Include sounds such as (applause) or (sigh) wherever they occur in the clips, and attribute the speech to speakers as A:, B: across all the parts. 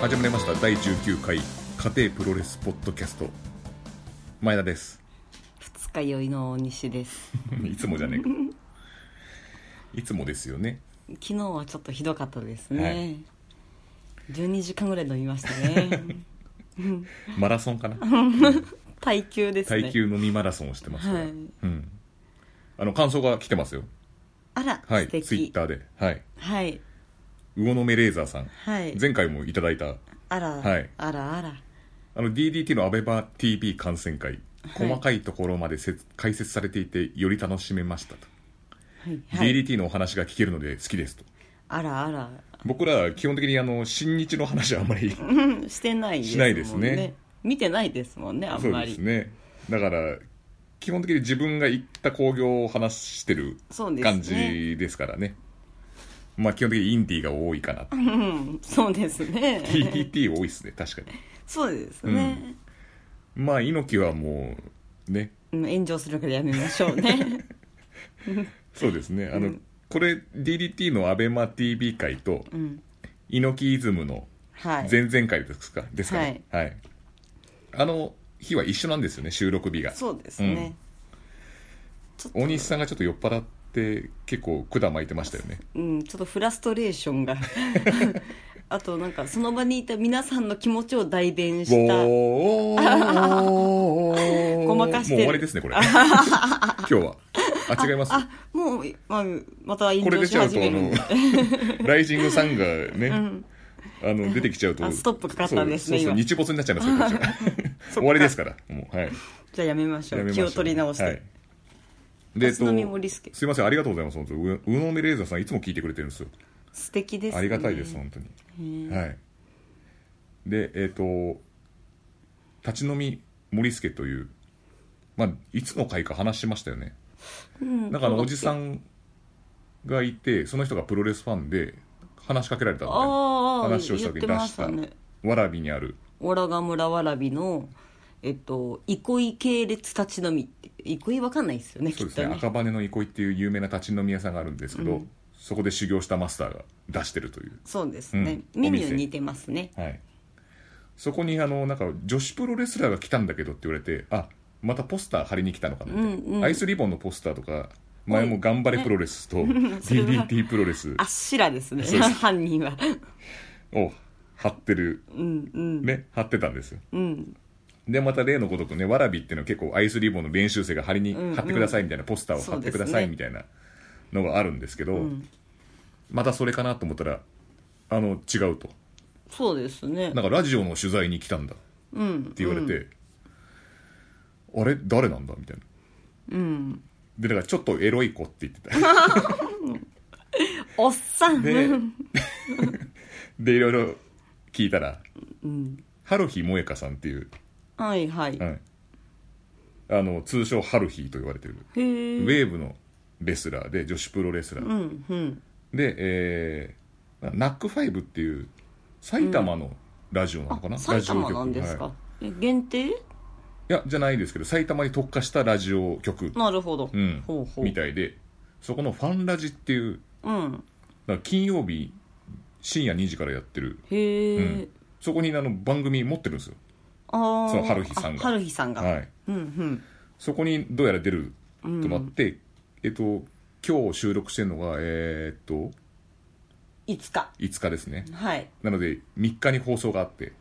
A: 始まりました第19回家庭プロレスポッドキャスト前田です (laughs)
B: 二日酔いの大西です
A: いつもじゃねえかいつもですよね
B: 昨日はちょっとひどかったですね、12時間ぐらい飲みましたね
A: (laughs) マラソンか
B: (laughs)
A: な
B: 耐久ですね
A: 耐久飲みマラソンをしてますから、
B: はい
A: うん、あの感想が来てますよ
B: あら、
A: はい
B: 素
A: ツイ
B: 敵
A: ッターではい
B: はい
A: 魚の目レーザーさん
B: はい
A: 前回もいただいた
B: あら、
A: はい
B: あらあら
A: あの DDT のアベバ TV 観戦会細かいところまでせつ解説されていてより楽しめましたと、
B: はい、はい、
A: DDT のお話が聞けるので好きですと
B: あらあら (laughs)
A: 僕ら基本的にあの新日の話はあんまり
B: うんしてないですもんね
A: しないですね
B: 見てないですもんねあん
A: そう
B: ま
A: で
B: り
A: すねだから基本的に自分が行った興行を話してる
B: そうですね
A: 感じですからねまあ基本的にインディーが多いかな
B: うん (laughs) そうですね
A: TTT 多いですね確かに
B: そうですね、
A: まあ猪木はもうね
B: うん、炎上するからやめましょ
A: (laughs)
B: うね
A: そうですねあの、
B: うん
A: これ DDT のアベマ t v 回と
B: うん
A: 猪木イズムの
B: はい
A: 前々回ですか、ですかねはい、あの日は一緒なんですよね収録日が
B: そうですね、ちょっと
A: 大西さんがちょっと酔っ払って結構管巻いてましたよね
B: うん、ちょっとフラストレーシ
A: (laughs)
B: ョンがあとなんかその場にいた皆さんの気持ちを代弁した
A: おー
B: ごまかして
A: も
B: る
A: う終わりですねこ
B: (laughs)
A: れ今日はあ違います
B: あもう、まあ、また
A: こ
B: 炎
A: れ
B: 上
A: 出
B: し
A: ちゃう
B: 始
A: とあ
B: めるん
A: の「
B: で
A: ライジングサンがね、あの出てきちゃうと
B: あストップかかったんですね
A: そうそう
B: 今
A: 日没になっちゃいますよこっ
B: (laughs)
A: ちは終わりですからもうはい
B: じゃあやめましょう気を取り直して、
A: はいでえっと
B: 立浪森助
A: すいませんありがとうございます本当ううのみレーザーさんいつも聞いてくれてるんですよ
B: 素敵ですね
A: ありがたいです本当にはいでえっ、と立ち飲み森助というまあいつの回か話しましたよね
B: うん
A: なんかあの
B: そうだ
A: お
B: っけ
A: じさんがいてその人がプロレスファンで話しかけられたみたいな
B: ああ
A: 話をした時に出
B: 言ってま
A: し
B: したたね
A: わらびにある
B: オラガ村わらびのえっと憩い系列立ち飲みって憩いわかんないですよね
A: そう
B: き
A: で
B: っ
A: す
B: と
A: ね
B: ね
A: 赤羽の憩いっていう有名な立ち飲み屋さんがあるんですけど、
B: うん
A: そこで修行したマスターが出してるという
B: そうですね、
A: うん
B: メニ
A: お
B: ュー
A: 店
B: 似てますね
A: はい、そこにあのなんか女子プロレスラーが来たんだけどって言われてあまたポスター貼りに来たのかなみたいな、
B: うんうん
A: アイスリボンのポスターとか前も「頑張れプロレス」と DDT プロレス
B: (laughs) あっしらですね
A: そうです
B: 犯人は
A: を貼ってる
B: うんうん
A: ね貼ってたんですよ
B: うん
A: でまた例のごとくねわらびっていうのは結構アイスリボンの練習生が貼りに
B: うんうん
A: 貼ってくださいみたいな、ポスターを貼ってくださいみたいなのがあるんですけど、
B: うん
A: またそれかなと思ったらあの違うと
B: そうですね
A: なんかラジオの取材に来たんだ
B: うん
A: って言われて、あれ誰なんだみたいな
B: うん
A: でだからちょっとエロい子って言ってた (laughs)
B: おっさん
A: ででいろいろ聞いたら
B: うん、
A: 春日萌香さんっていう、
B: はいはい、
A: はい、あの通称春日と言われてる、
B: へえ
A: ウェーブのレスラーで女子プロレスラー、
B: うんうん
A: で、えー、ナックファイブっていう埼玉のラジオなのかな、
B: あ
A: ラ
B: 埼
A: ジオ局
B: 玉なんですか、
A: はい、
B: え限定
A: いやじゃないですけど埼玉に特化したラジオ局、
B: なるほど、
A: うん
B: ほうほう
A: みたいでそこのファンラジっていう
B: うん
A: なんか金曜日深夜2時からやってる、
B: へえ、
A: うんそこにあの番組持ってるんですよ、
B: ああ
A: そう春日さんが
B: 春日さんが、
A: はい、
B: うんうん
A: そこにどうやら出るとなって、えっと今日収録してるのがえーっと
B: いつか
A: 5日ですね
B: はい
A: なので3日に放送があって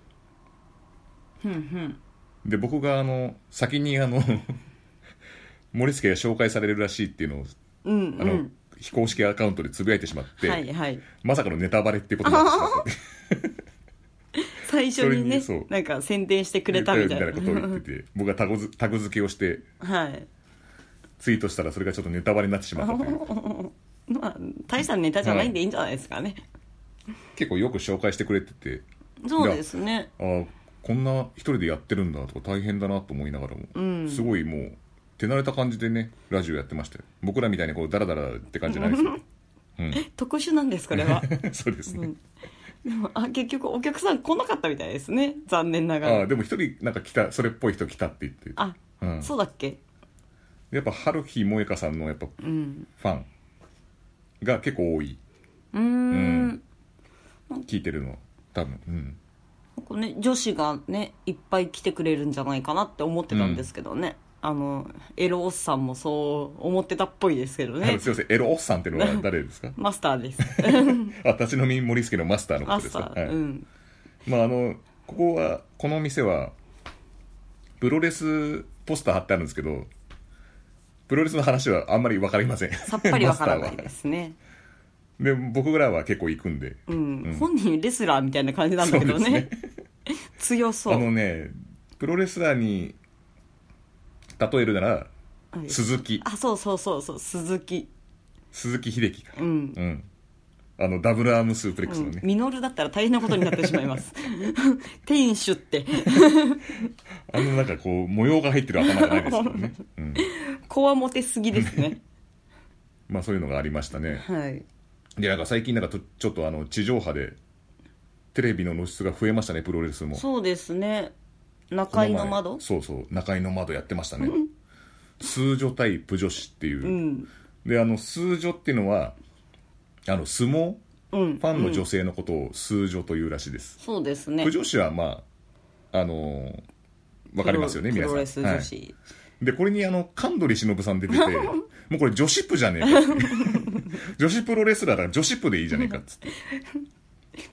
B: うんうん
A: で僕があの先にあの (laughs) 森助が紹介されるらしいっていうのを
B: うん
A: あ
B: う
A: の、
B: ん
A: 非公式アカウントでつぶやいてしまって、
B: はいはい
A: まさかのネタバレってことになってしまって
B: 最初にね
A: それにそう
B: なんか宣伝 (laughs) してくれたみたいな
A: ことを言ってて僕がタグ付タグ付けをして
B: (laughs) はい
A: ツイートしたらそれがちょっとネタバレになってしまったという
B: まあ大したネタじゃないんでいいんじゃないですかね、
A: 結構よく紹介してくれてて
B: そうですね
A: あーこんな一人でやってるんだとか大変だなと思いながらも、
B: ん
A: すごいもう手慣れた感じでねラジオやってましたよ僕らみたいにこうダラダラって感じじゃないですよ、
B: 特殊なんですこれ
A: (laughs)
B: は
A: うん、そうですね、
B: でもあ結局お客さん来なかったみたいですね残念な
A: あ
B: がら
A: ーでも一人なんか来たそれっぽい人来たって言って
B: あ、
A: うん
B: そうだっけ
A: やっぱ春日萌香さんのやっぱ
B: うん
A: ファンが結構多い、
B: うーん
A: 聞いてるのは多分うん
B: なんかね、女子がねいっぱい来てくれるんじゃないかなって思ってたんですけどね、あのエロおっさんもそう思ってたっぽいですけど
A: あの
B: ね
A: すいませんエロおっさんっていうのは誰ですか
B: マスタ
A: (laughs)
B: ーです
A: あ立ち飲み森助のマスターのこ
B: マ
A: とで
B: ス
A: す
B: タ
A: か、
B: ー、
A: はい
B: うん
A: まああのここはこの店はプロレスポスター貼ってあるんですけどプロレスの話はあんまり分かりません
B: さっぱりわからないで
A: マス
B: すね
A: ターはで僕ぐらいは結構行くんで、
B: うん、
A: うん
B: 本人レスラーみたいな感じなんだけどね
A: そうです
B: 強そう
A: あのねプロレスラーに例えるなら
B: はい
A: 鈴木
B: あそうそうそうそう鈴木
A: 鈴木秀樹か
B: うん、
A: うんあのダブルアームスープレック
B: う
A: スの
B: ん
A: ね、
B: ミノルだったら大変なことになってしまいます
A: (laughs)
B: 店主って
A: あのなんかこう模様が入ってる頭がないですけどね、うん、
B: こわもてすぎです
A: (laughs)
B: ね
A: まあそういうのがありましたね
B: はい
A: でなんか最近なんかとちょっとあの地上波でテレビの露出が増えましたねプロレスも
B: そうですね
A: こ
B: 中井の
A: 前
B: 窓
A: そうそう中井の窓やってましたね数女対プ女子っていう、
B: うん
A: であの数女っていうのはあの相撲
B: うん
A: ファンの女性のことを数女というらしいです、
B: そうですね
A: プ女子はまああのーわかりますよね
B: プ
A: 皆
B: ロ
A: さん
B: プロレス女
A: は
B: 子、
A: い、でこれにあの神取忍さん出
B: (laughs)
A: ててもうこれ女子プじゃねえかって女子プロレスラーだから女子プでいいじゃねえかっつって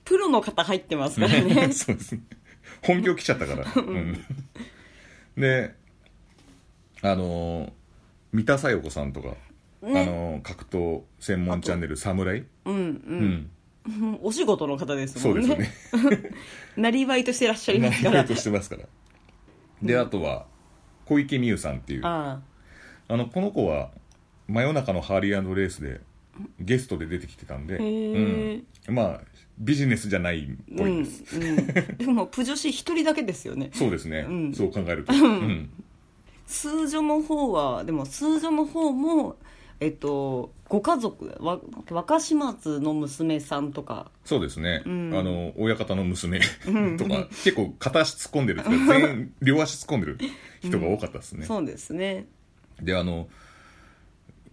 B: プロの方入ってますから
A: (laughs)
B: ね
A: そうですね本業来ちゃったから、うんであのー三田小夜子さんとか、あのー格闘専門チャンネル「侍
B: う
A: う
B: んうん
A: ん、
B: うん (laughs) お仕事の方です
A: そ
B: も
A: うんで
B: ね
A: すよね
B: (laughs) なりわいとしてらっしゃい
A: 今
B: ま
A: (laughs)
B: すから
A: イトしてますからであとは小池美優さんっていうあ
B: あ
A: のこの子は真夜中のハーリーレースでゲストで出てきてたんで、
B: へー
A: うんまあビジネスじゃないっ
B: あう
A: ぽい
B: ん
A: で
B: うん
A: す、
B: でもプ女子一人だけですよね
A: そうですね、
B: ん
A: そう考えると、うん、
B: 数女の方はでも数女の方もえっとご家族わ若島津の娘さんとか
A: そうですね、
B: ん
A: あの親方の娘とか、結構片足突っ込んでるっていうか全両足突っ込んでる人が多かったですね、
B: そうですね
A: であの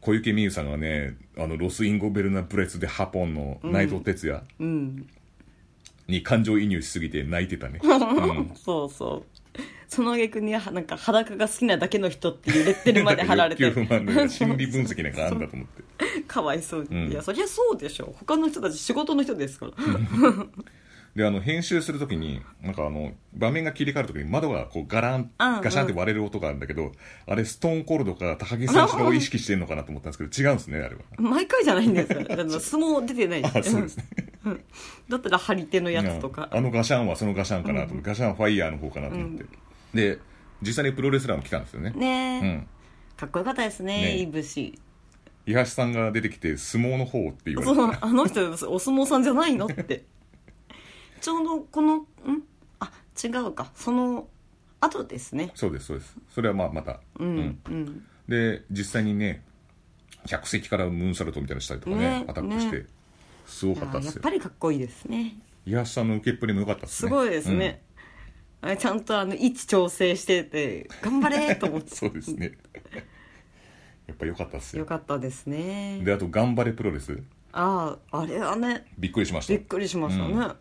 A: 小池美優さんがねあのロス・インゴ・ベルナ・プレスでハポンの内藤哲也
B: うん
A: に感情移入しすぎて泣いて
B: (laughs)
A: たね、うん
B: そうそうその逆にはなんか裸が好きなだけの人っていうレッテルまで貼られて
A: 欲求不満の心理分析なんかあんだと思って
B: (laughs) かわいそう、
A: ん
B: いやそりゃそうでしょ他の人たち仕事の人ですから、
A: であの編集するときになんかあの場面が切り替わるときに窓がこうガラン
B: うんうん
A: ガシャンって割れる音があるんだけど、あれストーンコールドか高木選手のを意識してるのかなと思ったんですけど違うんですねあれは
B: 毎回じゃない
A: (laughs)
B: んですよあの相撲出てない
A: あそうですね
B: だったら張り手のやつとか
A: うんあのガシャンはそのガシャンかなと思って、ガシャンはファイヤーの方かなと思って、で実際にプロレスラーも来たんですよね
B: ねえ、
A: うん
B: かっこよかったですね
A: ね
B: いぶし
A: 伊橋さんが出てきて相撲の方って言われ
B: そ
A: て
B: うあの人お相撲さんじゃないのってちょうどこのんあ違うかその後ですね
A: そうですそうですそれはまあまた、
B: うんうん
A: うんで実際にね客席からムーンサルトみたいなのしたりとかね
B: ね
A: アタックして、
B: ね
A: すご
B: い
A: か
B: や
A: った
B: ー
A: で
B: やっ
A: すよ
B: ぱりかっこいいですね
A: 伊橋さんの受けっぷりも良かったです
B: す
A: ね
B: ごいですね、あれちゃんとあの位置調整してて頑張れと思っ
A: うん
B: て
A: (laughs) そうです
B: (laughs)
A: ねやっぱ良かったです
B: よ
A: よ
B: かったですね
A: であと「頑張れプロレス
B: あああれはね」
A: びっくりしました
B: びっくりしましたね、
A: うん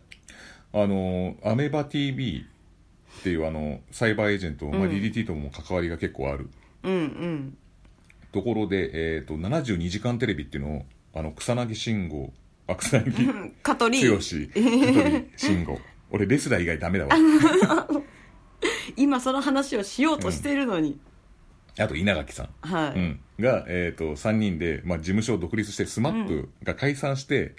A: あのアメバ TV っていうあのサイバーエージェント、まあ、DDT とも関わりが結構ある
B: うんうん
A: ところで、えー、と72時間テレビっていうのをあの草薙慎吾あ草薙剛
B: うん香取
A: 香取慎吾俺レスラー以外ダメだわ
B: (laughs) 今その話をしようとしているのに、
A: あと稲垣さん、
B: はい、
A: うん、が、えー、と3人で、まあ、事務所を独立して SMAP が解散して、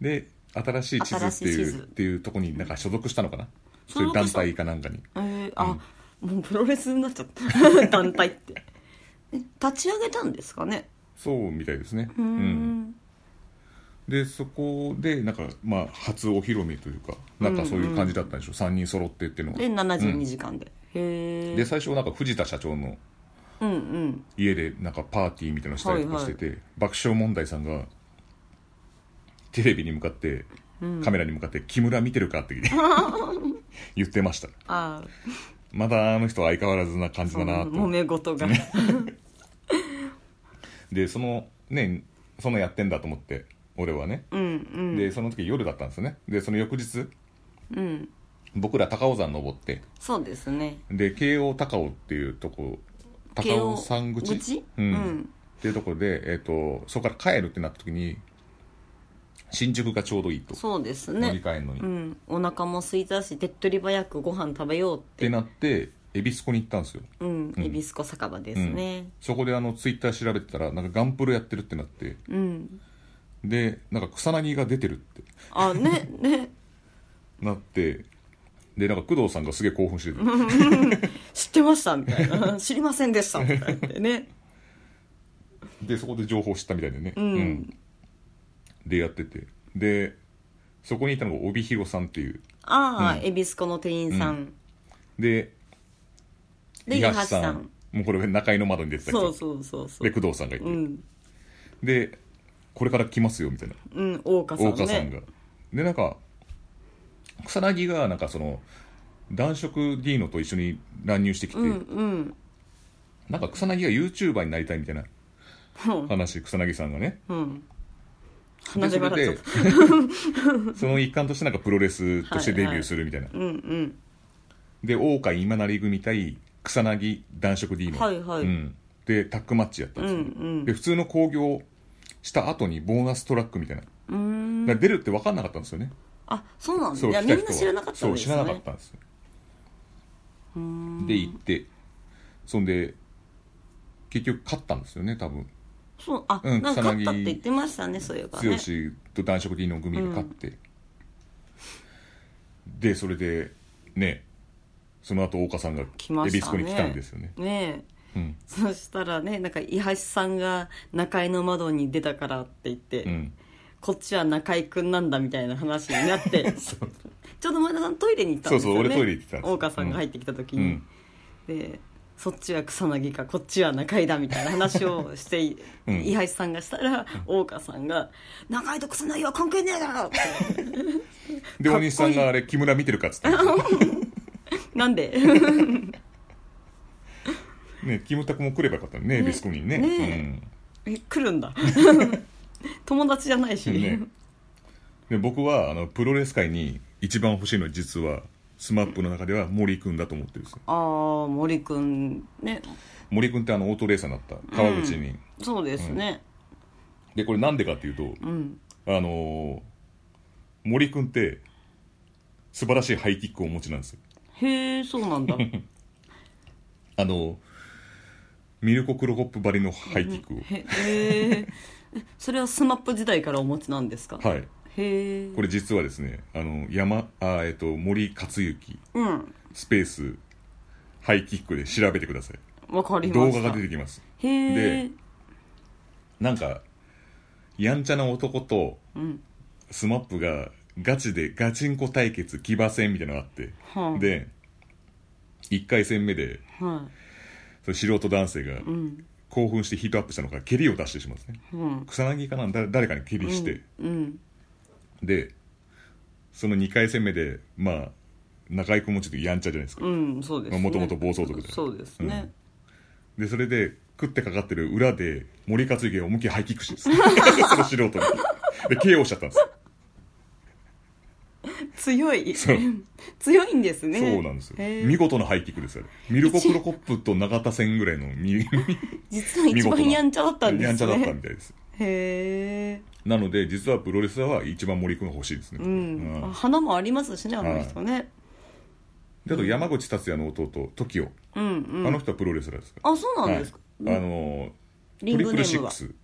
A: で新しい地図ってい
B: 新しい地
A: う
B: 図
A: っていうとこになんか所属したのかな、そういう
B: 所属
A: 団
B: した
A: 体かなんかに
B: えーあ、もうプロレスになっちゃった
A: (laughs)
B: 団体ってえ立ち上げたんですかね
A: そうみたいですねう
B: うー
A: ん
B: ん
A: でそこでなんか、まあ、初お披露目というかなんかそういう感じだったんでしょう、3人揃ってっていうの
B: で
A: が
B: 72時間で、へ
A: で
B: え
A: 最初なんか藤田社長の
B: うんうん
A: 家でなんかパーティーみたいなのしたりとかしてて、爆笑問題さんがテレビに向かって、カメラに向かって「木村見てるか?」って (laughs) 言ってました
B: あ
A: まだあの人相変わらずな感じ
B: あ
A: だなと
B: 揉め事が
A: でそのねそのやってんだと思って俺はね、
B: うんうん
A: でその時夜だったんですよねでその翌日
B: うん
A: 僕ら高尾山登って
B: そうですね
A: で慶応高尾っていうとこ高尾山口
B: 慶応口
A: うん
B: うん
A: っていうところで、えっとそこから帰るってなった時に新宿がちょうどいいと
B: そうです
A: 乗り
B: ね
A: 換えるのに、
B: う
A: っ
B: んお腹も空いたし手っ取り早くご飯食べようって
A: なって恵比寿湖に行ったんですよ
B: うん
A: うん
B: 恵比寿湖酒場ですね
A: そこであのツイッター調べてたらなんかガンプロやってるってなって
B: うん、
A: でなんか草薙が出てるって
B: あねね
A: なってでなんか工藤さんがすげえ興奮してて
B: 知ってましたみたいな (laughs) 知りませんでしたみたいなね
A: でそこで情報を知ったみたいでね、
B: ん
A: でやっててでそこにいたのが帯広さんっていう
B: ああ、
A: うん
B: 恵比寿湖の店員さん、
A: で
B: で
A: 伊
B: 岩
A: 橋
B: 橋さん
A: もうこれ中井の窓に出てた人
B: そうそうそうそう
A: で工藤さんがいて、
B: うん
A: でこれから来ますよみたいな
B: うん大岡さん
A: 大
B: ね
A: 岡さんが、でなんか草薙がなんかその男色 D のと一緒に乱入してきて、
B: うんうん
A: なんか草薙が YouTuber になりたいみたいな
B: うん
A: 話草薙さんがね
B: うん
A: で
B: 話
A: そ
B: が
A: れ
B: 笑っちゃっ
A: でその一環としてなんかプロレスとしてデビューするみたいな、
B: たうんうん
A: で大岡今成組対草薙男色 D の、
B: はいはい
A: うん、でタッグマッチやったん
B: う
A: ですよ、
B: ん
A: で普通の興行した後にボーナストラックみたいな、
B: うんうん
A: だから出るって分かんなかったんですよね
B: あそうなんだ
A: そう
B: いや
A: 来た
B: み
A: 人
B: んな知らなかったんです
A: そう知らな
B: よ
A: かっ
B: ね
A: たんですよ
B: うん
A: で行ってそんで結局勝ったんですよね多分
B: そうあ
A: うん
B: なんか勝った
A: 草
B: って
A: 薙
B: 言ってましたねそういえばね
A: 剛と男色 D の組が勝って、でそれでねその後大岡さんが
B: 来ま
A: 恵比寿
B: した
A: 湖
B: ね
A: に来たんですよね
B: ねえ
A: うん
B: そしたらねなんか伊橋さんが中井の窓に出たからって言って、
A: うん
B: こっちは中井くんなんだみたいな話になって
A: (laughs)
B: ちょうど前田さんトイレに行ったんですよ、ね、
A: そうそう俺トイレ行ってたんです
B: 大岡さんが入ってきた時
A: う
B: に
A: ん、
B: でそっちは草薙かこっちは中井だみたいな話をして
A: うん
B: 伊橋さんがしたら大岡さんが「中井と草薙は関係ねえだろ!」って
A: で
B: かっこいい
A: 大西さんがあれ木村見てるかっつってました
B: (laughs) なんで
A: ねキムタクも来ればよかったのね恵比寿湖にね
B: ねえ来るんだ (laughs) 友達じゃないし、
A: うんねで僕はあのプロレス界に一番欲しいのは実はスマップの中では森君だと思ってるんですよ
B: ああ森くんね
A: 森君ってあのオートレーサーになった川口に、
B: そうですね
A: でこれなんでかっていうと、
B: うん
A: あのー森君って素晴らしいハイキックをお持ちなんですよ
B: へえそうなんだ
A: あのーミルコ・クロコップばりのハイキックを、
B: へえそれはスマップ時代からお持ちなんですか、
A: はい
B: へえ
A: これ実はですねあの山あ、えっと森克行
B: うん
A: スペースハイキックで調べてください
B: わかりま
A: 動
B: した
A: 画が出てきます
B: へえ
A: でなんかやんちゃな男と
B: うん
A: スマップがガチでガチンコ対決騎馬戦みたいなのがあって、
B: はあ
A: で1回戦目で
B: は
A: その素人男性が
B: いうん
A: 興奮してヒートアップしたのか蹴りを出してしまうんですね
B: うん
A: 草薙かなだ誰かに蹴りして、
B: うん
A: でその2回戦目でまあ中居君もちょっとやんちゃじゃないですか、
B: うんそうです
A: まあ
B: ね
A: もともと暴走族で
B: そうですね、
A: でそれで食ってかかってる裏で森克行が思いっきりハイキックして
B: (laughs)
A: るんですその素人にで KO しちゃったんですよ
B: 強い
A: そう
B: (laughs) 強いんですね
A: そうなんですよ
B: へえ
A: 見事なハイキックですよあれミルコ・クロコップと永田戦ぐらいのに
B: 実は一
A: 見事
B: 番
A: な
B: やんちゃだったんですね
A: やんちゃだったみたいです
B: へえ
A: なので実はプロレスラーは一番森君が欲しいですね、
B: うん、
A: う
B: あ
A: ん
B: 花もありますしねあの人ね、
A: であと山口達也の弟 TOKIO、
B: うんう
A: あ
B: ん
A: の人はプロレスラーですから
B: あそうなんですか、
A: はい、あのー
B: リ
A: ト
B: ン
A: リ
B: グ
A: プ
B: ネ
A: ル
B: ー
A: シ
B: ム
A: ッ
B: は
A: クス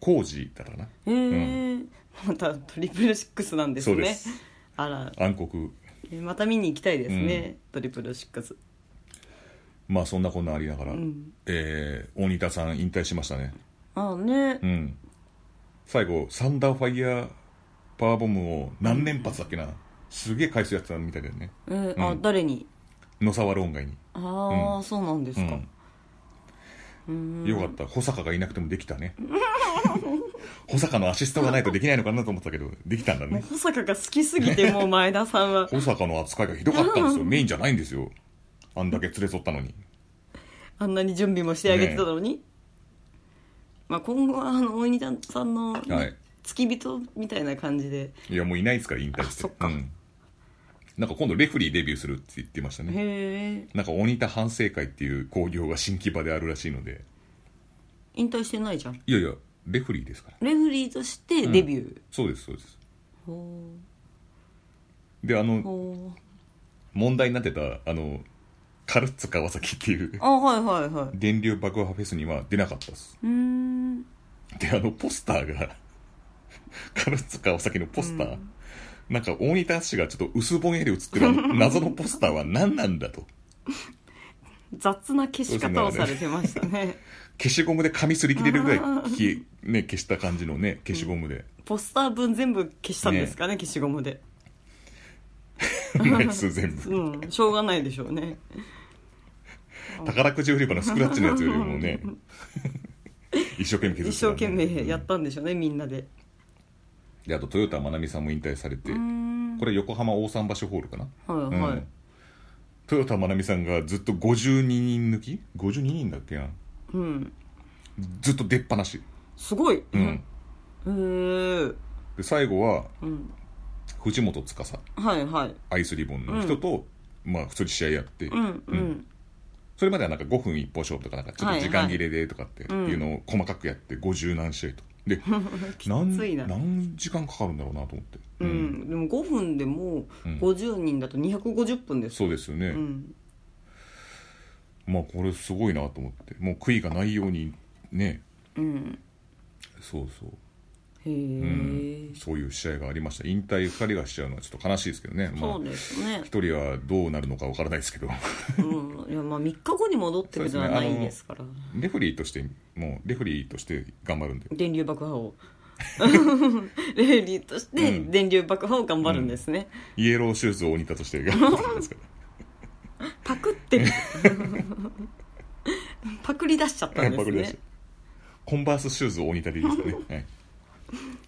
A: 工事だったかな
B: へえ、またトリプルシックスなんです
A: そう
B: ね
A: です
B: あら
A: 暗黒
B: えーまた見に行きたいですね、トリプルシックス
A: まあそんなこんなありながら、
B: ん
A: えー大仁田さん引退しましたね
B: ああね、
A: うん最後サンダーファイヤーパワーボムを何連発だっけな、すげえ回数やってたみたいだよね
B: えーあ
A: うん
B: 誰に
A: 野沢論外に、
B: ああ、
A: う
B: そうなんです
A: う
B: か、
A: んよかった保坂がいなくてもできたね (laughs) 保坂のアシストがないとできないのかなと思ってたけどできたんだ
B: もう
A: ね
B: 保坂が好きすぎてもう前田さんは
A: 保坂の扱いがひどかったんですよメインじゃないんですよあんだけ連れ添ったのに
B: あんなに準備もしてあげてたのに、まあ、今後はあの大仁田さんの、
A: はい
B: 付き人みたいな感じで
A: いやもういないですから引退して
B: あそっか
A: うんなんか今度レフリーデビューするって言ってましたね
B: へえ
A: なんか鬼田反省会っていう興行が新木場であるらしいので
B: 引退してないじゃん
A: いやいやレフリーですから
B: レフリーとしてデビュー、
A: そうですそうです
B: ほ
A: であ
B: う
A: の
B: ほう
A: 問題になってたあのカルッツ川崎っていう
B: あはいはいはい
A: 電流爆破フェスには出なかったです
B: うーん
A: であのポスターが (laughs) カルッツ川崎のポスター、なんか大仁田氏がちょっと薄ぼんやり写ってるあ
B: (laughs)
A: の謎のポスターは何なんだと
B: 雑な消し方をされてましたね
A: 消しゴムで紙すり切れるぐら
B: (laughs)
A: い消え、ね、消した感じのね消しゴムで、
B: ポスター分全部消したんですかね消しゴムで
A: (laughs) ナイス
B: (laughs)
A: 全部
B: うんしょうがないでしょうね
A: 宝くじ売り場のスクラッチのやつよりも
B: (laughs)
A: ね一生懸命削
B: 一
A: ってた
B: 生
A: ね
B: 懸命やったんでしょうねみんなで
A: であと豊田真奈美さんも引退されて、
B: うーん
A: これ横浜大桟橋ホールかな、
B: は
A: う
B: い
A: ん
B: はい
A: 豊田真奈美さんがずっと52人抜き52人だっけな
B: うん、
A: ずっと出っ放し、
B: すごい、
A: うん
B: へー
A: で最後は
B: うん
A: 藤本司
B: はいはい
A: アイスリボンの人と、まあ普通に試合やって、
B: うんうん
A: それまではなんか5分一本勝負とかなんかちょっと時間切れでとかっていうのを細かくやって50何試合と
B: (laughs)
A: で
B: ついな
A: 何何時間かかるんだろうなと思って、
B: うん、でも5分でも
A: うん
B: 50人だと250分です、
A: そうですよね、
B: うん、
A: まあこれすごいなと思ってもう悔いがないようにね
B: うん、
A: そうそう
B: へえ、
A: うんそういう試合がありました引退2人がしちゃうのはちょっと悲しいですけどねまあ
B: そうですね、
A: 1人はどうなるのかわからないですけど
B: うん、いやまあ3日後に戻ってるではないですから
A: レフリーとしてもうレフリーとして頑張るんで
B: 電流爆破
A: (laughs)
B: をレフェリーとして
A: うん
B: 電流爆破を頑張るんですね、
A: イエローシューズを鬼田として頑張ってるんです
B: (laughs)
A: から
B: パクってる (laughs) パクリ出しちゃったんで
A: パ
B: す
A: クリだし
B: ね
A: (laughs) コンバースシューズ鬼谷ですかね、
B: (laughs)
A: はい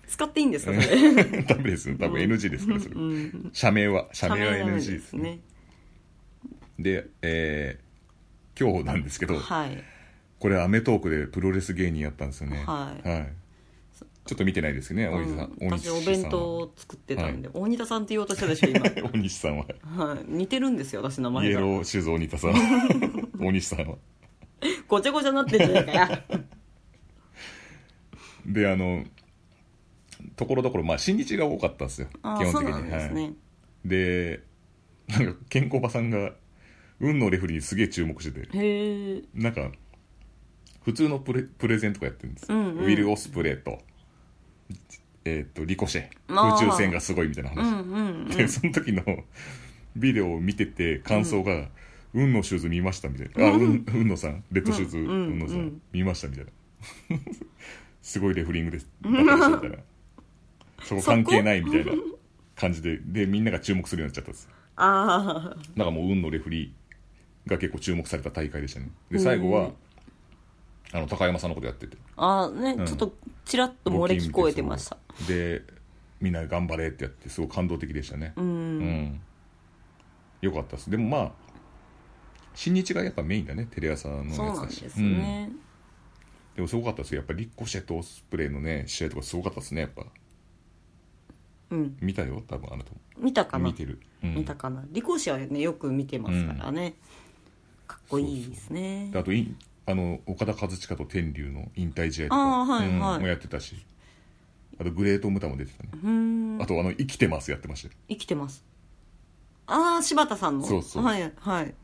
B: 使っていいんですかそれ
A: (laughs) ダメです多分 NG ですからそれ、
B: うん
A: 社名は社名は
B: ダメ
A: NG ですね
B: ね
A: でえー今日なんですけど、
B: はい
A: これ『アメトーーク』でプロレス芸人やったんですよね
B: はい
A: ちょっと見てないですけどね大西さん、
B: うん
A: 大西
B: 私
A: さん
B: お弁当を作ってたんで、大仁田さんって言おうとしたでしょ今、
A: 大西さんは
B: はい、似てるんですよ私名
A: イ
B: 前
A: エロ
B: が
A: ーシューズ鬼田さ
B: (laughs)
A: ん大西さんは
B: ごちゃごちゃになってんじゃないかや
A: であのところどころまあ新日が多かったんですよ (laughs) 基
B: あ
A: 本
B: あ
A: 的
B: そう
A: に
B: なんですね、
A: はい、でなんか健康場さんが運のレフェリーにすげえ注目してて
B: へえ
A: なんか普通のプレプレゼンとかやってるんです、
B: うんうん
A: ウィル・オスプレイと,、えー、とリコシェ
B: あー
A: 宇宙船がすごいみたいな
B: うん
A: 話、
B: うん
A: でその時のビデオを見てて感想が「うん、のシューズ見ました」みたいな「あうんうんのさんレッドシューズ、
B: う
A: うんん
B: うん
A: のさ
B: うんん
A: 見ました」みたいな (laughs) すごいレフリングですだったでしょみたいなそこ関係ないみたいな感じででみんなが注目するようになっちゃったんです
B: ああ
A: なんかもう運のレフリーが結構注目された大会でしたねで最後は、
B: うん
A: あの高山さんのことやってて
B: ああね、
A: うん
B: ちょっとちらっと漏れ聞こえてました
A: でみんな頑張れってやってすごい感動的でしたね
B: うん、
A: うんよかったですでもまあ新日がやっぱメインだねテレ朝のやつだし
B: そうなんです
A: うん
B: ね、
A: でもすごかったですよやっぱリッコシェとオスプレイのね試合とかすごかったですねやっぱ
B: うん、
A: 見たよ多分あなたも
B: 見たかな
A: 見てる、うん
B: 見たかなリコシはねよく見てますからね、かっこいいですね
A: であとインあの岡田和親と天竜の引退試合と
B: あ
A: か
B: ーはい
A: うん
B: はい
A: もやってたしあとグレートムタも出てたね
B: うーん
A: あとあの「生きてます」やってましたよ
B: 生きてますああ柴田さんの
A: そうそう
B: はいはい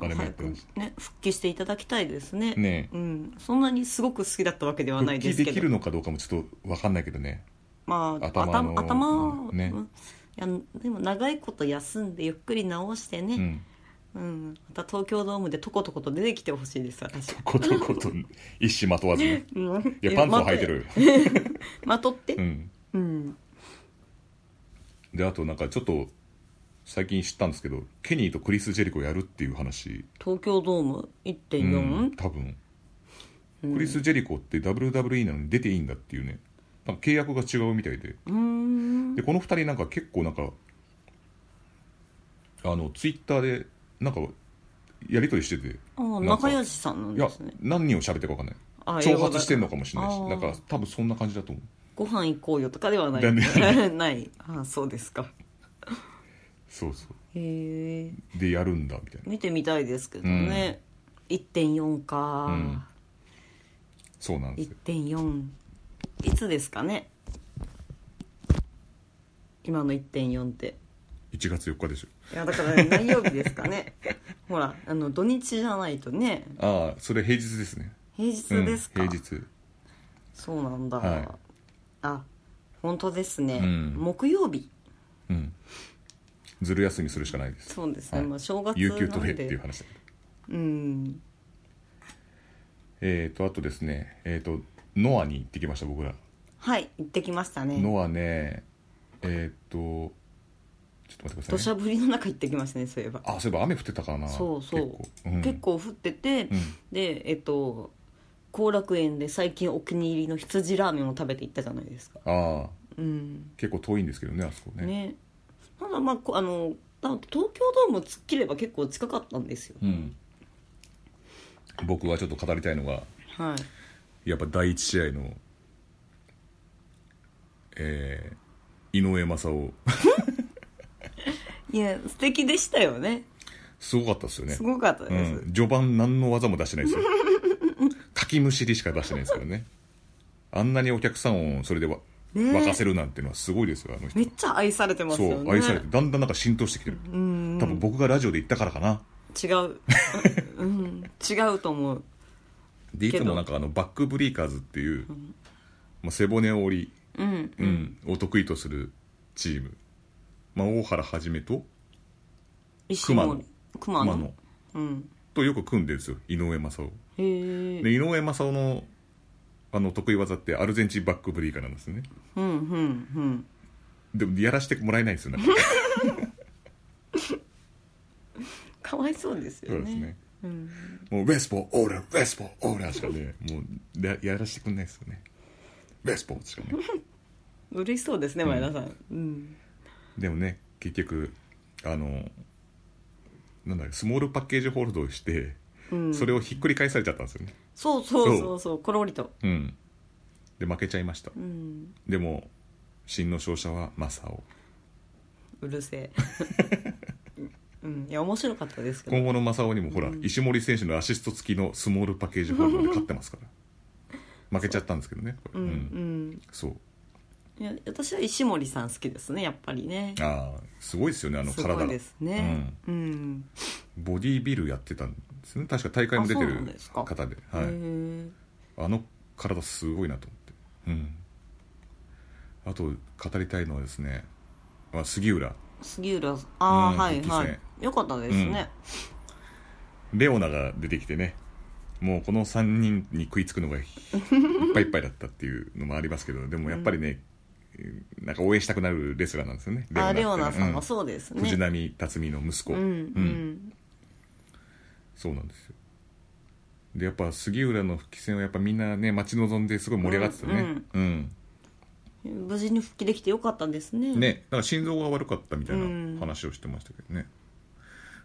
A: あれもやってまし
B: 早くね復帰していただきたいですね
A: ねえ
B: うん、そんなにすごく好きだったわけではな
A: 復
B: いで
A: 帰
B: す
A: で
B: け
A: き
B: ど
A: るのかどうかもちょっと分かんないけどね
B: まあ
A: 頭の
B: 頭頭を、
A: ね
B: うんいやでも長いこと休んでゆっくり治して
A: う (laughs)
B: ね、
A: ん
B: うんまた東京ドームでとことこと出てきてほしいです私
A: ことこと一糸まとわずね
B: うん
A: いやパンツを履いてる
B: まとって
A: う、ん
B: うん、
A: であとなんかちょっと最近知ったんですけどケニーとクリス・ジェリコやるっていう話、
B: 東京ドーム
A: う
B: 1.4、
A: ん、多分
B: うん
A: クリス・ジェリコって WWE なのに出ていいんだっていうねなんか契約が違うみたいで
B: うーん
A: でこの2人なんか結構なんかあのツイッターでなんかやり取りしてて
B: ああ
A: なんか
B: 仲良しさんなん
A: いや
B: ですね
A: 何人を喋ってるか分かんない
B: あ
A: 挑発してるのかもしれない
B: あ
A: し
B: ー
A: なんか多分そんな感じだと思う
B: (laughs) ご飯行こうよとかではない
A: だ
B: ないああそうですか
A: そうそ
B: へえ
A: うでやるんだみたいな
B: 見てみたいですけどね、1.4か、
A: うんそうなんですよ
B: 1.4いつですかね今の1.4って
A: 1月4日でしょ
B: いやだからね何曜日ですかね (laughs) ほらあの土日じゃないとね
A: ああそれ平日ですね
B: 平日ですか、
A: うん、平日
B: そうなんだ、
A: はい
B: あ本当ですね、
A: うん
B: 木曜日
A: うんずる休みするしかないです
B: そうですね、
A: はい
B: まあ正月
A: 有給取
B: な
A: れ
B: ん
A: って
B: で
A: いう話だけど
B: うん
A: えー、とあとですねえっ、とノアに行ってきました僕ら
B: はい行ってきましたね
A: ノアねえっ、とちょっと待ってく
B: 土
A: ださい、
B: 砂
A: ね、
B: 降りの中行ってきましたねそういえば
A: あそういえば雨降ってたからな
B: そうそう
A: 結構,、うん、
B: 結構降ってて、
A: うん
B: でえっと後楽園で最近お気に入りの羊ラーメンを食べていったじゃないですか
A: ああ
B: うん
A: 結構遠いんですけどねあそこね
B: ねただまあこあの多分東京ドーム突っ切れば結構近かったんですよ
A: うん僕はちょっと語りたいのが
B: はい
A: やっぱ第一試合のえー、井上正雄
B: いや素敵でしたよね
A: すごかったですよね
B: すごかったです、
A: うん、序盤何の技も出してない
B: (laughs)
A: ですよかきむしりしか出してないですからねあんなにお客さんをそれでわ、
B: ね
A: 沸かせるなんてのはすごいですよあの人
B: めっちゃ愛されてます
A: そ
B: よね
A: う愛されてだんだんなんか浸透してきてる多分僕がラジオで言ったからかな (laughs)
B: 違う、うん、違うと思う
A: でいつ
B: け
A: も
B: ど
A: なんかあのバックブリーカーズっていう、まあ、背骨を折り、
B: うん
A: うんを得意とするチーム、まあ、大原はじめと
B: 石森
A: 熊
B: 熊
A: 野
B: 野うん
A: とよく組んでるんですよ井上正雄
B: へえ
A: で井上正雄のあの得意技ってアルゼンチンバックブリーカーなんですね
B: うんうんうん
A: でもやらせてもらえないんです
B: (laughs)
A: よなんか
B: かわいそうです
A: そ
B: よ
A: うです
B: ね
A: ね
B: うん、
A: もうレスポオーラレスポオーラしかねもうややらせてくんないですよねレスポしかね
B: 嬉しそうですね前田さん、うん
A: でもね結局あのなんだろうスモールパッケージホールドをして、
B: うん
A: それをひっくり返されちゃったんですよね
B: そうそ
A: そ
B: うそううそうころりと
A: うんで負けちゃいました、
B: うん
A: でも真の勝者はマサオ
B: うるせえうんいや面白かったですけど
A: 今後のマサオにもほら、石森選手のアシスト付きのスモールパッケージホールドで勝ってますから負けちゃったんですけどねこれ
B: うん
A: う
B: うんん
A: そう
B: いや私は石森さん好きですねやっぱりね
A: ああすごいですよねあの
B: す
A: 体
B: ご
A: の
B: いですねうん、
A: ボディービルやってたんですね確か大会も出て
B: あそうなん
A: る
B: ですか
A: 方で
B: へ
A: はい、
B: え
A: あの体すごいなと思ってうんあと語りたいのはですねあ杉浦
B: 杉浦さんああ、
A: うん
B: はい
A: 復帰です
B: は
A: ね
B: いよかったですね、
A: レオナが出てきてねもうこの3人に食いつくのがいっ
B: (laughs)
A: ぱいいっぱいだったっていうのもありますけどでもやっぱりね、なんか応援したくなるレスラーなんですよね
B: ああ
A: って
B: レオナさん
A: う
B: はそうですね
A: 藤波辰巳の息子
B: うんう
A: うん
B: ん
A: そうなんですよでやっぱ杉浦の復帰戦はやっぱみんなね待ち望んですごい盛り上がってたねうん、
B: 無事に復帰できてよかったですね
A: ねだから心臓が悪かったみたい
B: うん
A: な話をしてましたけどね、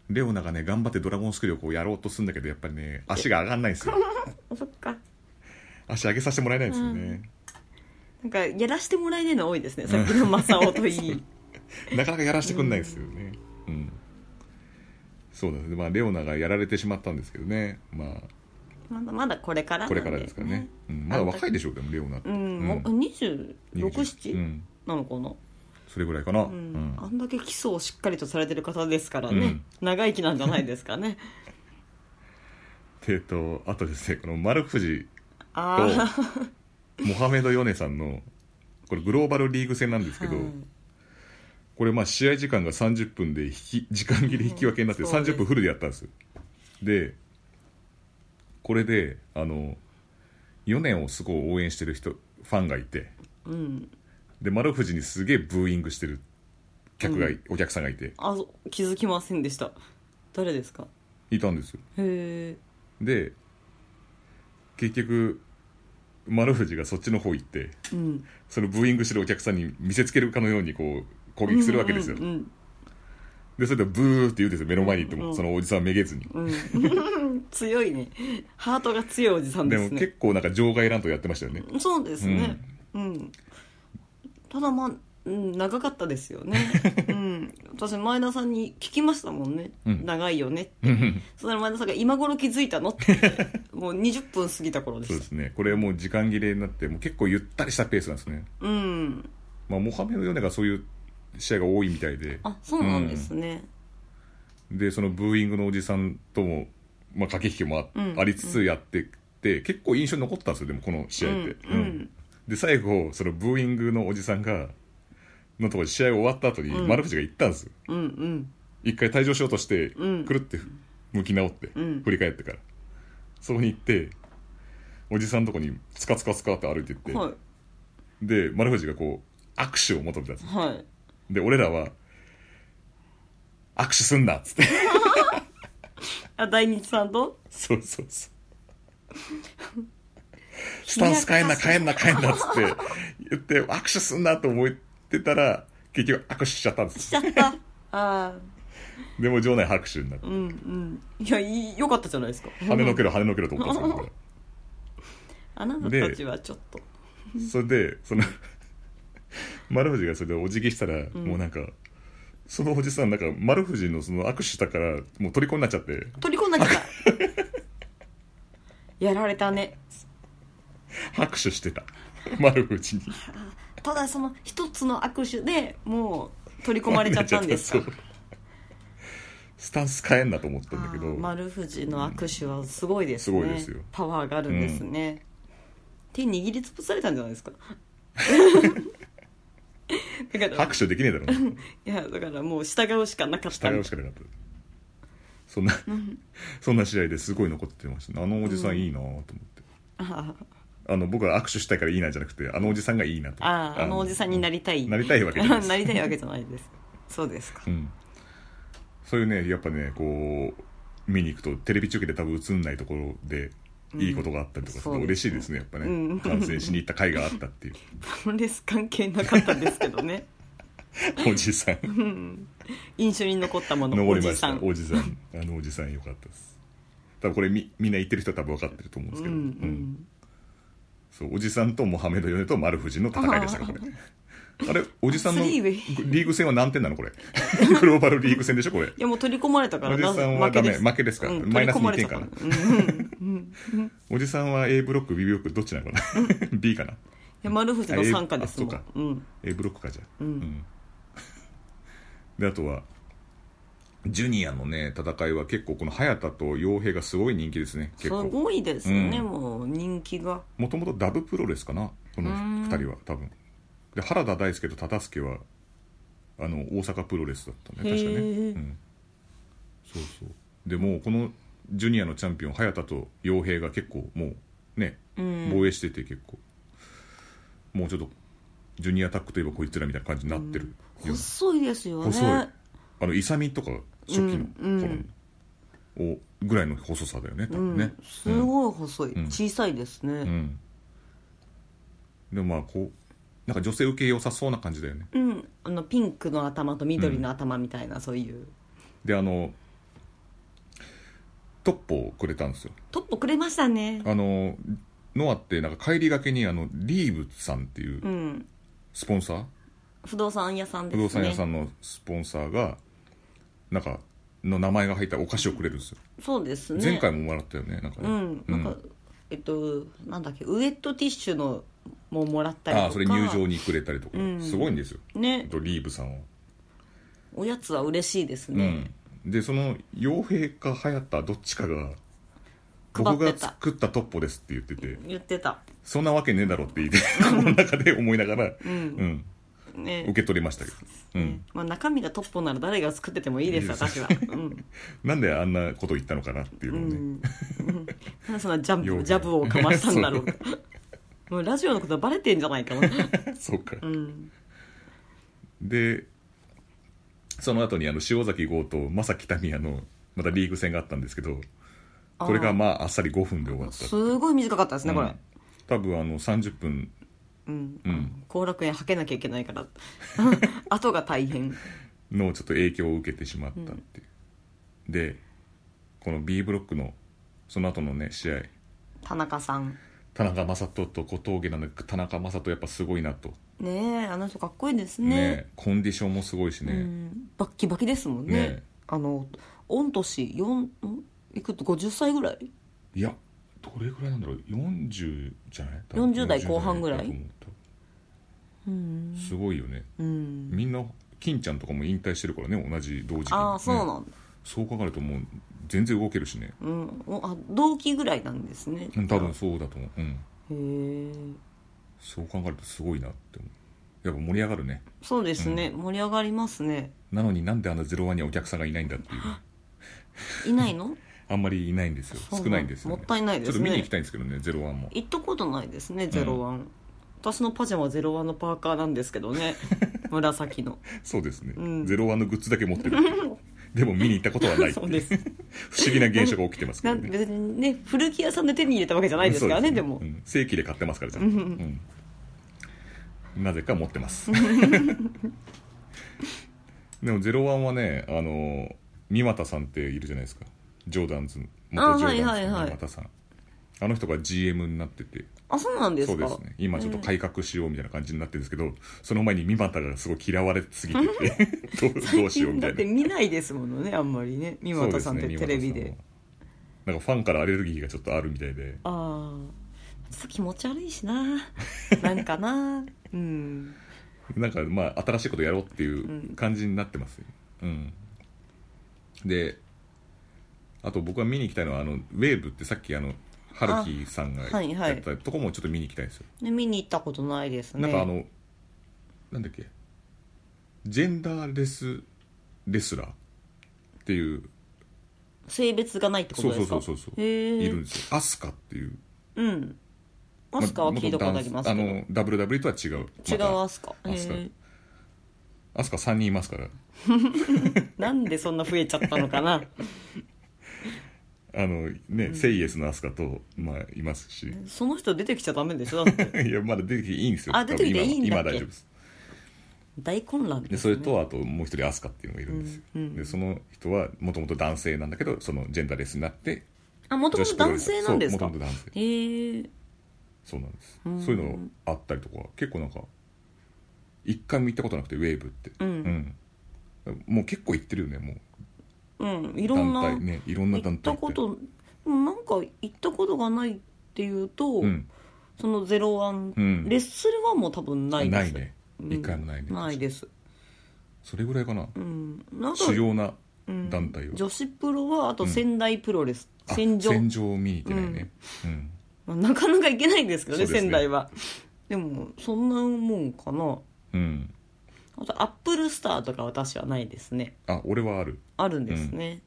A: レオナがね頑張ってドラゴンスクリューをこうやろうとするんだけどやっぱりね足が上がんないんですよ
B: そっか
A: 足上げさせてもらえないんですよね、
B: なんかやらしてもらえないの多いですねさっきの正
A: (laughs)
B: 雄といい
A: なかなかやらせてくんないですよねうん、そうなんですねまあレオナがやられてしまったんですけどねまあ
B: まだまだこれからなん
A: これからですからね、うん、まだ若いでしょうでもレオナって
B: うん、
A: う
B: もうん2 6
A: 20
B: 7
A: ん
B: なのかな、
A: それぐらいかな、う
B: うん
A: ん
B: あんだけ基礎をしっかりとされてる方ですから
A: う
B: ね
A: ん、
B: 長生きなんじゃないですか
A: (laughs)
B: ね
A: でえっとあとですねこの丸藤と
B: ああ
A: モハメド・ヨネさんのこれグローバルリーグ戦なんですけど、これまあ試合時間が30分で引き時間切れ引き分けになって
B: うんそうです
A: 30分フルでやったんですよでこれであの4年をすごい応援してる人ファンがいて
B: (laughs) うん
A: で丸藤にすげえブーイングしてる客がい、お客さんがいて
B: あそう気づきませんでした誰ですか
A: いたんですよ
B: へえ
A: で結局丸藤がそっちの方行って
B: うん
A: そのブーイングしてるお客さんに見せつけるかのようにこう攻撃するわけですよ、
B: うんうん
A: でそれでブーって言うんですよ目の前に行っても、
B: うんうん
A: そのおじさんめげずに、
B: うんうん (laughs) 強いねハートが強いおじさん
A: で
B: で
A: も
B: すね
A: 結構なんか場外乱闘やってましたよね
B: そうですねうん、ただまあうん、長かったです
A: (laughs)
B: よね、うん、私前田さんに聞きましたもんね、
A: うん
B: 長いよねって
A: うん
B: そしたら前田さんが「今頃気づいたの?」って言ってもう20分過ぎた頃
A: (laughs)
B: で
A: そう
B: し
A: で
B: た
A: すねこれもう時間切れになってもう結構ゆったりしたペースなんですね、
B: うん
A: まあ、モハメド・ヨネがそういう試合が多いみたいで
B: あそうなんですね、
A: でそのブーイングのおじさんとも、まあ、駆け引きもあ,、
B: うん
A: りつつやってって結構印象に残ったんですよでもこの試合って、
B: うんうん
A: で最後そのブーイングのおじさんがのところで試合終わった後に
B: うん
A: 丸藤が行ったんですよ、
B: うん、うん
A: 一回退場しようとして、
B: うん
A: くるって向き直って、
B: うん
A: 振り返ってからそこに行っておじさんのとこにつかつかつかって歩いてって、
B: は
A: で丸藤がこう握手を求めたんです
B: いはい
A: で俺らは握手すんなっつって (laughs)
B: あ大日さんと
A: そうそうそう
B: (laughs)
A: スタンス変えんな変えんな変えんなっつって言って握手すんなと思ってたら結局握手しちゃったんで
B: し
A: す
B: ちゃった (laughs) ああ
A: でも場内拍手になって
B: うんうんいやいいよかったじゃないですか
A: 跳ねのけろ跳ねのけろと思ったんですけど
B: あなたたちはちょっと
A: それでその丸藤がそれでお辞儀したら、もうなんかそのおじさんなんか丸藤のその握手したからもう虜になっちゃって
B: 虜になっ (laughs) ちゃったやられたね
A: 拍手してた丸藤に
B: ただその一つの握手でもう取り込まれちゃったんです
A: (laughs) そうスタンス変えんなと思ったんだけ
B: あ
A: ど
B: ー丸藤の握手はすごいですね、
A: すごいですよ
B: パワーがあるんですね、手握りつぶされたんじゃないですか (laughs) だから
A: 拍手できねえだろう
B: いやだからもう従うしかなかった
A: 従うしかなかったそんなそんな試合ですごい残ってましたねあのおじさんいいなと思って、
B: あ
A: あの僕は握手したいからいいなじゃなくてあのおじさんがいいなと
B: ーあーあのおじさんになりたい
A: なりたいわけじゃない
B: (laughs)
A: です
B: なりたいわけじゃないですそうですか
A: うん、そういうねやっぱねこう見に行くとテレビ中継で多分映んないところでいいことがあったりとかすると
B: うん
A: 嬉しいですね、やっぱね、
B: うん
A: 観戦しに行った甲斐があったっていう
B: プロレス関係なかったんですけ
A: (laughs)
B: どね
A: おじさん
B: 印象に残ったもの
A: 登
B: お
A: りま
B: じ
A: し
B: さ
A: た
B: ん
A: おじさんあのおじさんよかったです多分これみみんな言ってる人は多分分かってると思うんです
B: うん
A: け
B: う
A: ど、うん
B: ん
A: そうおじさんとモハメド・ヨネと丸藤の戦いでしたからこれあれおじさんの
B: ス
A: リ
B: リーウ
A: ーグ戦は何点なのこれ (laughs) グローバルリーグ戦でしょこれ
B: いやもう取り込まれたから
A: おじさんはダメ負けですからマイナス2点かな
B: 取り込まれたらうんうん
A: おじさんは A ブロック B ブロックどっちなのかな (laughs) B かない
B: や丸藤の参加ですも
A: あえ
B: ん
A: あ、
B: うん、
A: A ブロックかじゃあ
B: うん
A: んであとはジュニアのね戦いは結構この早田と洋平がすごい人気ですね
B: す
A: 結構
B: ごいですね、
A: うん
B: もう人気が
A: もともとダブプロレスかなこの
B: うーん
A: 2人は多分で原田大輔と忠介はあの大阪プロレスだったね
B: へ
A: 確かね、
B: ー
A: うん、そうそうでもうこのジュニアのチャンピオン早田と洋平が結構もうね
B: うん
A: 防衛してて結構、もうちょっとジュニアタックといえばこいつらみたいな感じになってるような、
B: 細いですよね
A: 細いあのイサミとか初期の頃
B: うん
A: をぐらいの細さだよね多
B: う
A: 分
B: ん、
A: ね、
B: すごい細い、
A: ん
B: 小さいです
A: う
B: ね
A: んでもまあこうなんか女性受け良さそうな感じだよね
B: うん、あのピンクの頭と緑の頭みたいな、そういう
A: であのトッポをくれたんですよ
B: トップくれましたね
A: あのノアってなんか帰りがけにあのリーブさんっていう
B: うん
A: スポンサー、
B: 不動産屋さんです
A: 不
B: ね
A: 動産屋さんのスポンサーがなんかの名前が入ったお菓子をくれるんですよ、
B: そうですね
A: 前回ももらったよねなんかね
B: うんなんか、
A: うん
B: えっとなんだっけウエットティッシュのももらったりと
A: あ
B: か
A: あそれ入場にくれたりとか、
B: うん
A: すごいんですよ
B: ね
A: とリーブさんは、
B: おやつは嬉しいですね、
A: うん、でその傭兵か流行ったどっちかが
B: 配
A: 僕
B: ってた
A: が作ったトッポですって言ってて
B: 言ってた
A: そんなわけねえだろって (laughs) 言ってこの中で思いながら、うん
B: ね
A: 受け取りましたけど、うん、
B: まあ、中身がトッポなら誰が作っててもいいです
A: いいです
B: 私は、うん
A: なんであんなこと言ったのかなっていう
B: う
A: のを (laughs) ね、
B: ん、なんでそんなジャ
A: よ
B: ンプ
A: く
B: ジャブをかましたんだろうか (laughs) もうラジオのことバレてんじゃないかな、
A: (laughs) そうか
B: うん、
A: でその後にあの塩崎豪と正木民也のまたリーグ戦があったんですけどこれがまああっさり5分で終わった
B: すごい短かったですね、これ、
A: 多分あの30分
B: うん
A: うん
B: 後楽園はけなきゃいけないから
A: (laughs)
B: 後が大変
A: のちょっと影響を受けてしまったっていう、でこの B ブロックのその後のね試合
B: 田中さん
A: 田中雅人と小峠なんだけど田中雅人やっぱすごいなと
B: ねえあの人かっこいいです
A: ね
B: ね
A: コンディションもすごいしね、
B: うん、バッキバキですもんね
A: ねえ
B: あの御年4んいくと50歳ぐらい
A: いやどれぐらいなんだろう40じゃない
B: 40代後半ぐらい
A: 40代だと思う多
B: うん
A: 分、すごいよね
B: うん、
A: みんな金ちゃんとかも引退してるからね同じ同時期に、ね、
B: ああそうなんだ、
A: そう考えるともう全然動けるしね
B: うん、おあ同期ぐらいなんですね
A: うん多分そうだと思う、うん、
B: へえ
A: そう考えるとすごいなって思うやっぱ盛り上がるね
B: そうですね、盛り上がりますね
A: なのになんであのゼロワンにはお客さんがいないんだっていう
B: いないの
A: あんまりいないんですよ
B: そう
A: 少ないんですよ、ね、
B: もったいないですね
A: ちょっと見に行きたいんですけどねゼロワンも
B: 行ったことないですねゼロワン私のパジャマゼロワンのパーカーなんですけ
A: (laughs)
B: どね紫の
A: そうですね、
B: うん
A: ゼロワンのグッズだけ持ってる
B: (laughs)
A: でも見に行ったことはないってい
B: そうです
A: 不思議な現象が起きてますけ
B: な
A: ど
B: ん
A: ね
B: 別にね古着屋さんで手に入れたわけじゃないですからねでも
A: うん、正規で買ってますからちゃんと、うんなぜか持ってます
B: (laughs)
A: でも「ゼロワンはねあの三股さんっているじゃないですかジョーダンズ元ジョーダンズの
B: あはいはいはい
A: 三股さんあの人が GM になってて
B: あそうなんです
A: そうで
B: か
A: すね今ちょっと改革しようみたいな感じになってるんですけど、その前に三股がすごい嫌われすぎて
B: (laughs)
A: てどうどうしようみた
B: だ
A: い
B: って
A: な
B: 見ないですものねあんまりね三股さんっ
A: そう
B: て
A: すね
B: テレビで
A: 三股さんはなんかファンからアレルギーがちょっとあるみたいで
B: ああちょっと気持ち悪い
A: (laughs)
B: しななんかなうん
A: なんかまあ新しいことやろうっていう感じになってますようん、であと僕が見に行きたいのはあのウェーブってさっきあの春樹さんが
B: あはいはい
A: やったとこもちょっと見に行きたいんですよ、
B: で見に行ったことないですね
A: なんかあのなんだっけジェンダーレスレスラーっていう
B: 性別がないってこ
A: そ
B: と
A: う
B: です
A: そう
B: か
A: そうそうそう
B: へえ
A: いるんですよアスカっていう
B: うんアスカは聞いたことありますけど、
A: あの WW とは違う
B: 違うア
A: ま
B: スカ
A: アスカ
B: へえ
A: たアスカ3人いますから
B: なんでそんな増えちゃったのかな
A: あのね、セイエスのアスカと、まあ、いますし、
B: その人出てきちゃダメでしょだって
A: (laughs) いやまだ出てきていいんですよ
B: あ出てきていいんだっ
A: 今
B: け
A: 今大丈夫です
B: 大混乱
A: で
B: です、
A: そ
B: ね、
A: れとあともう一人アスカっていうのがいるんですよ、
B: うんうん
A: でその人はもともと男性なんだけどそのジェンダーレスになって
B: あもともと男性なんです
A: そう
B: か
A: もともと男性
B: へえ
A: そうなんです、
B: うん
A: そういうのあったりとか結構なんか一回も行ったことなくてウェーブって
B: うん
A: うんもう結構行ってるよねもう
B: うんい
A: い
B: ろんな
A: 団体ねいろんな
B: 行
A: 団
B: っ
A: 体
B: たことうんなんか行ったことがないっていうと、
A: うん
B: そのゼロワン、
A: うん
B: レッスルはもう多分ないです
A: ないね
B: うん
A: 一回もないね、
B: ないです
A: それぐらいかな
B: うんなんか
A: 主要な
B: うん
A: 団体は
B: 女子プロはあと仙台プロレス、
A: あ
B: 戦場
A: 戦場を見に行ってないねうん
B: まあなかなか行けないんですけどね
A: そうですね
B: 仙台はでもそんなもんかな
A: うん
B: あとアップルスターとか私はないですね
A: あ俺はある
B: あるんですね、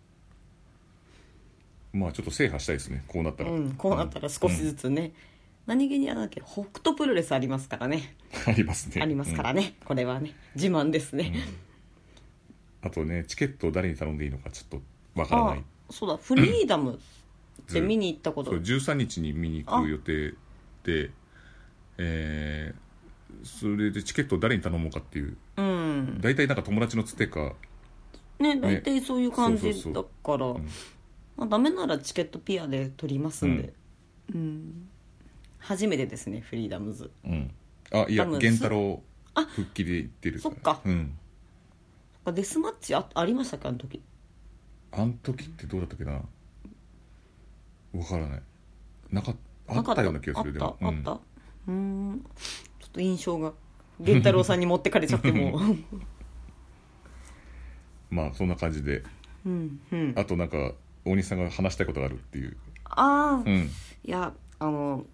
A: まあちょっと制覇したいですねこうなった
B: う
A: ら
B: んこうなったら少しずつね、何気にあれだっけ北斗プロレスありますからね
A: うん (laughs) ありますね
B: ありますから
A: うん
B: ね、これはね自慢ですね、
A: あとねチケットを誰に頼んでいいのかちょっとわからな
B: あ
A: い
B: そうだフリーダムって見に行ったこと
A: そう13日に見に行く予定でえーそれでチケットを誰に頼もうかっていう
B: うん
A: 大体なんか友達のつてか
B: ね大体そういう感じ
A: そうそ
B: だ
A: う
B: から、
A: ん
B: まあ、ダメならチケットピアで取りますんでうん、初めてですねフリーダムズ
A: うんあいや
B: 多分
A: 源太郎復帰で行ってる
B: そっか
A: うん
B: デスマッチあありましたかあの時
A: あん時ってどうだったっけなわからないなかっあ
B: なか
A: ったような気がするで
B: あっ
A: もう
B: たあっ
A: ん
B: たうんんちょっと印象が源太郎さんに持ってかれちゃっ
A: (laughs)
B: てもう
A: まあそんな感じで
B: うんうん
A: あとなんか大西さんが話したいことがあるっていう
B: ああ、
A: う
B: い
A: ん
B: やあの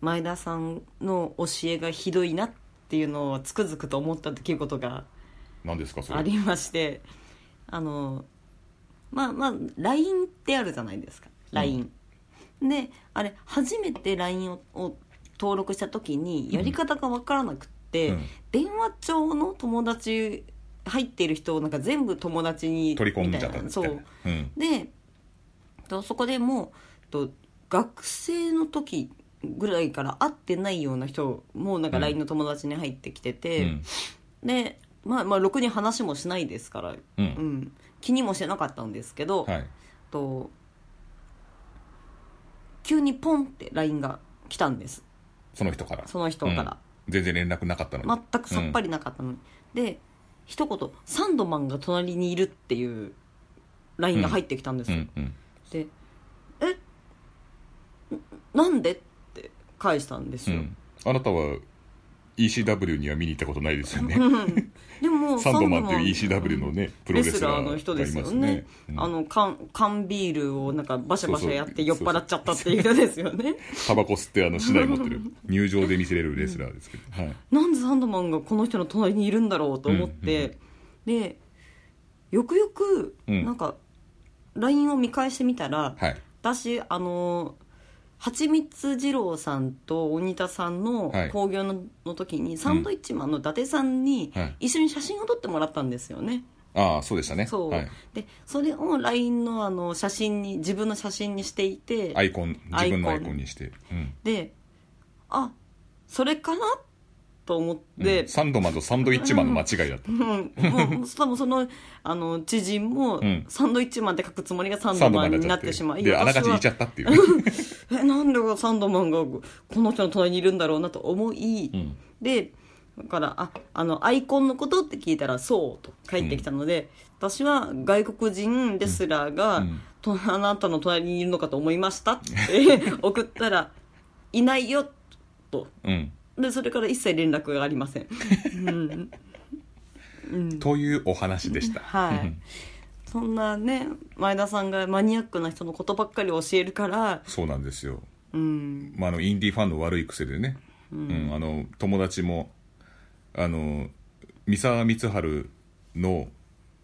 B: 前田さんの教えがひどいなっていうのをつくづくと思った出来事が
A: 何ですかそれ
B: ありましてあのまあまあ LINE ってあるじゃないですか LINE、であれ初めて LINE をを登録した時にやり方が分からなくって、
A: うん
B: 電話帳の友達入っている人をなんか全部友達に
A: 取り込んじゃった
B: み
A: み
B: た
A: た
B: い
A: い
B: な
A: な
B: そ
A: う
B: う
A: ん
B: でとそこでもうと学生の時ぐらいから会ってないような人もなんか
A: うん
B: LINE の友達に入ってきてて、
A: うん
B: で、まあ、まあろくに話もしないですから、
A: うん
B: ん気にもしてなかったんですけど、
A: はい
B: と急にポンって LINE が来たんです
A: その人から
B: その人から、
A: うん全然連絡なかったのに、
B: 全くさっぱりなかったのに、で一言「サンドマンが隣にいる」っていう LINE が入ってきたんです
A: う
B: よ、
A: んうん
B: で「えなんで?」って返したんです
A: う
B: よ、
A: ん、あなたは ECW には見に行ったことないですよね
B: うんでも
A: サンドマンっていう ECW のねプロ
B: レ
A: レス
B: ス
A: ラ
B: ラー
A: ー
B: の人
A: が
B: で
A: い
B: すよ
A: ます
B: ね
A: ね、うん
B: あの缶缶ビールをなんかバシャバシャやって
A: そ
B: 酔
A: う
B: っ
A: そう
B: 払っちゃったっていう人ですよね
A: タバコ吸ってあの市内持って
B: (laughs)
A: る入場で見せれるレスラーですけど、はい、
B: なんでサンドマンがこの人の隣にいるんだろうと思って、でよくよく
A: うん
B: なんか LINE を見返してみたら、
A: はい
B: 私あのはちみつ二郎さんと鬼田さんの
A: はい
B: 興行のの時に、サンドイッチマンの伊達さんに
A: はい
B: 一緒に写真を撮ってもらったんですよね、
A: ああそうでしたね
B: (laughs) そう、
A: はい、
B: でそれを LINE のあの写真に自分の写真にしていて、
A: アイコン自分の
B: ア
A: ア
B: イコン
A: イコンにして、うん
B: であそれかなと思っ
A: う
B: て
A: ん、サンドマンとサンドイッチマンの間違いだった
B: (laughs) うん、もう多分そのあの知人も、
A: ん
B: サンドイッチマンって書くつもりがサン
A: サ
B: ド
A: ンド
B: マ
A: マン
B: ン
A: に
B: に
A: な
B: な
A: っ
B: っ
A: ちゃってて
B: しまい
A: で
B: 私は
A: あながちいちゃったっていう、ね
B: えなんでサンドマンがこの人の隣にいるんだろうなと思い、
A: うん
B: でだからああのアイコンのことって聞いたら「そう」と返ってきたので、私は外国人レスラーが、
A: うん
B: とあなたの隣にいるのかと思いましたって (laughs) 送ったら「いないよ」と
A: うん
B: でそれから一切連絡がありません、うん
A: というお話でした、
B: はい
A: うん
B: そんなね前田さんがマニアックな人のことばっかり教えるから
A: そうなんですよ
B: うん
A: まあ、あのインディーファンの悪い癖でね、うんあの友達もあの三沢光晴の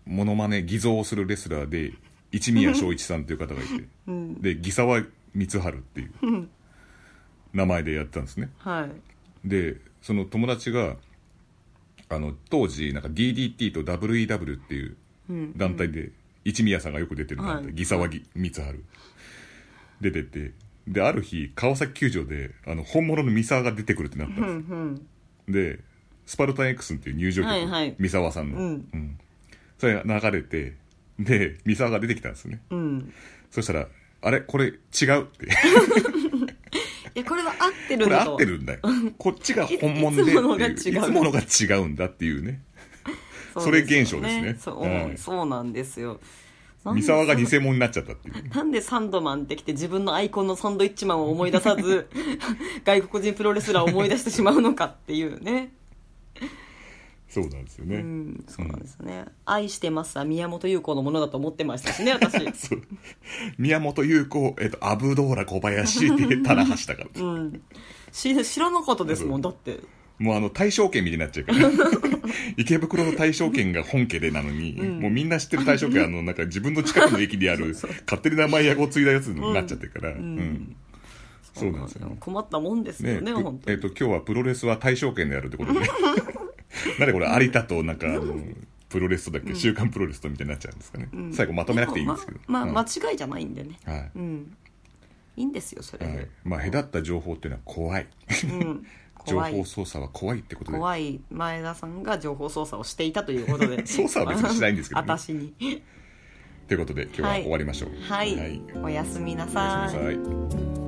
A: モノマネ偽造をするレスラーで一宮正一さんという方がいて、で偽沢光晴っていう名前でやってたんですね
B: はい
A: でその友達があの当時なんか DDT と WEW っていう団体で、一宮さんがよく出てる団体、
B: はい
A: ギサワギ光晴出ててである日川崎球場であの本物の三沢が出てくるってなったんです、でスパルタン X っていう入場曲、
B: はいはい
A: 三沢さんの、
B: うん
A: うんそれが流れてで三沢が出てきたんですね
B: うん
A: そしたら「あれこれ違う」って
B: いやこれは合ってる
A: こ
B: ん
A: れ
B: だ
A: 合
B: と
A: ってるんだよこっちが本物で
B: いつものが違
A: っ
B: う
A: ていういつものが違うんだっていうね
B: うですよ
A: それ現象ですね
B: そう、
A: はい
B: そうなんですよなんで
A: 三沢が偽物になっちゃったっていう
B: なんでサンドマンってきて自分のアイコンのサンドイッチマンを思い出
A: (laughs)
B: さず外国人プロレスラーを思い出してしまうのかっていうね
A: そうなんですよね、
B: うんそうなんですね、愛してますは宮本優子のものだと思ってましたしね私
A: そう宮本優子、えっとアブドーラ小林で棚橋だから、
B: うん (laughs) し知らなかったですもんだって
A: もうあの対象圏みたいになっちゃうから (laughs) 池袋の対象圏が本家でなのに、もうみんな知ってる対象圏あのなんか自分の近くの駅にあ (laughs) る勝手に名前やごを継いだやつになっちゃってるから、うんそうなんですよね
B: 困ったもんです
A: ね
B: よね
A: ぷ
B: 本当
A: えっ、
B: に、
A: と今日はプロレスは対象圏であるって (laughs) ことでなんでこれ有田となんかあのプロレスとだっけ、週刊プロレスとみたいになっちゃうんですかね、最後まとめなくていいんですけど
B: まあ、
A: うん
B: まあ間違いじゃないんでね
A: はい
B: うんいいんですよそれ
A: は
B: で、
A: い、まあ隔った情報っていうのは怖い (laughs)
B: うん
A: 情
B: 怖い
A: 報操作は怖いってことで
B: 怖い前田さんが情報操作をしていたということで
A: 操作は別にしないんですけどね
B: (laughs) 私に
A: ということで今日は終わりましょう
B: はい、
A: はい、
B: おやすみな
A: おや
B: さ
A: す
B: い
A: みなさい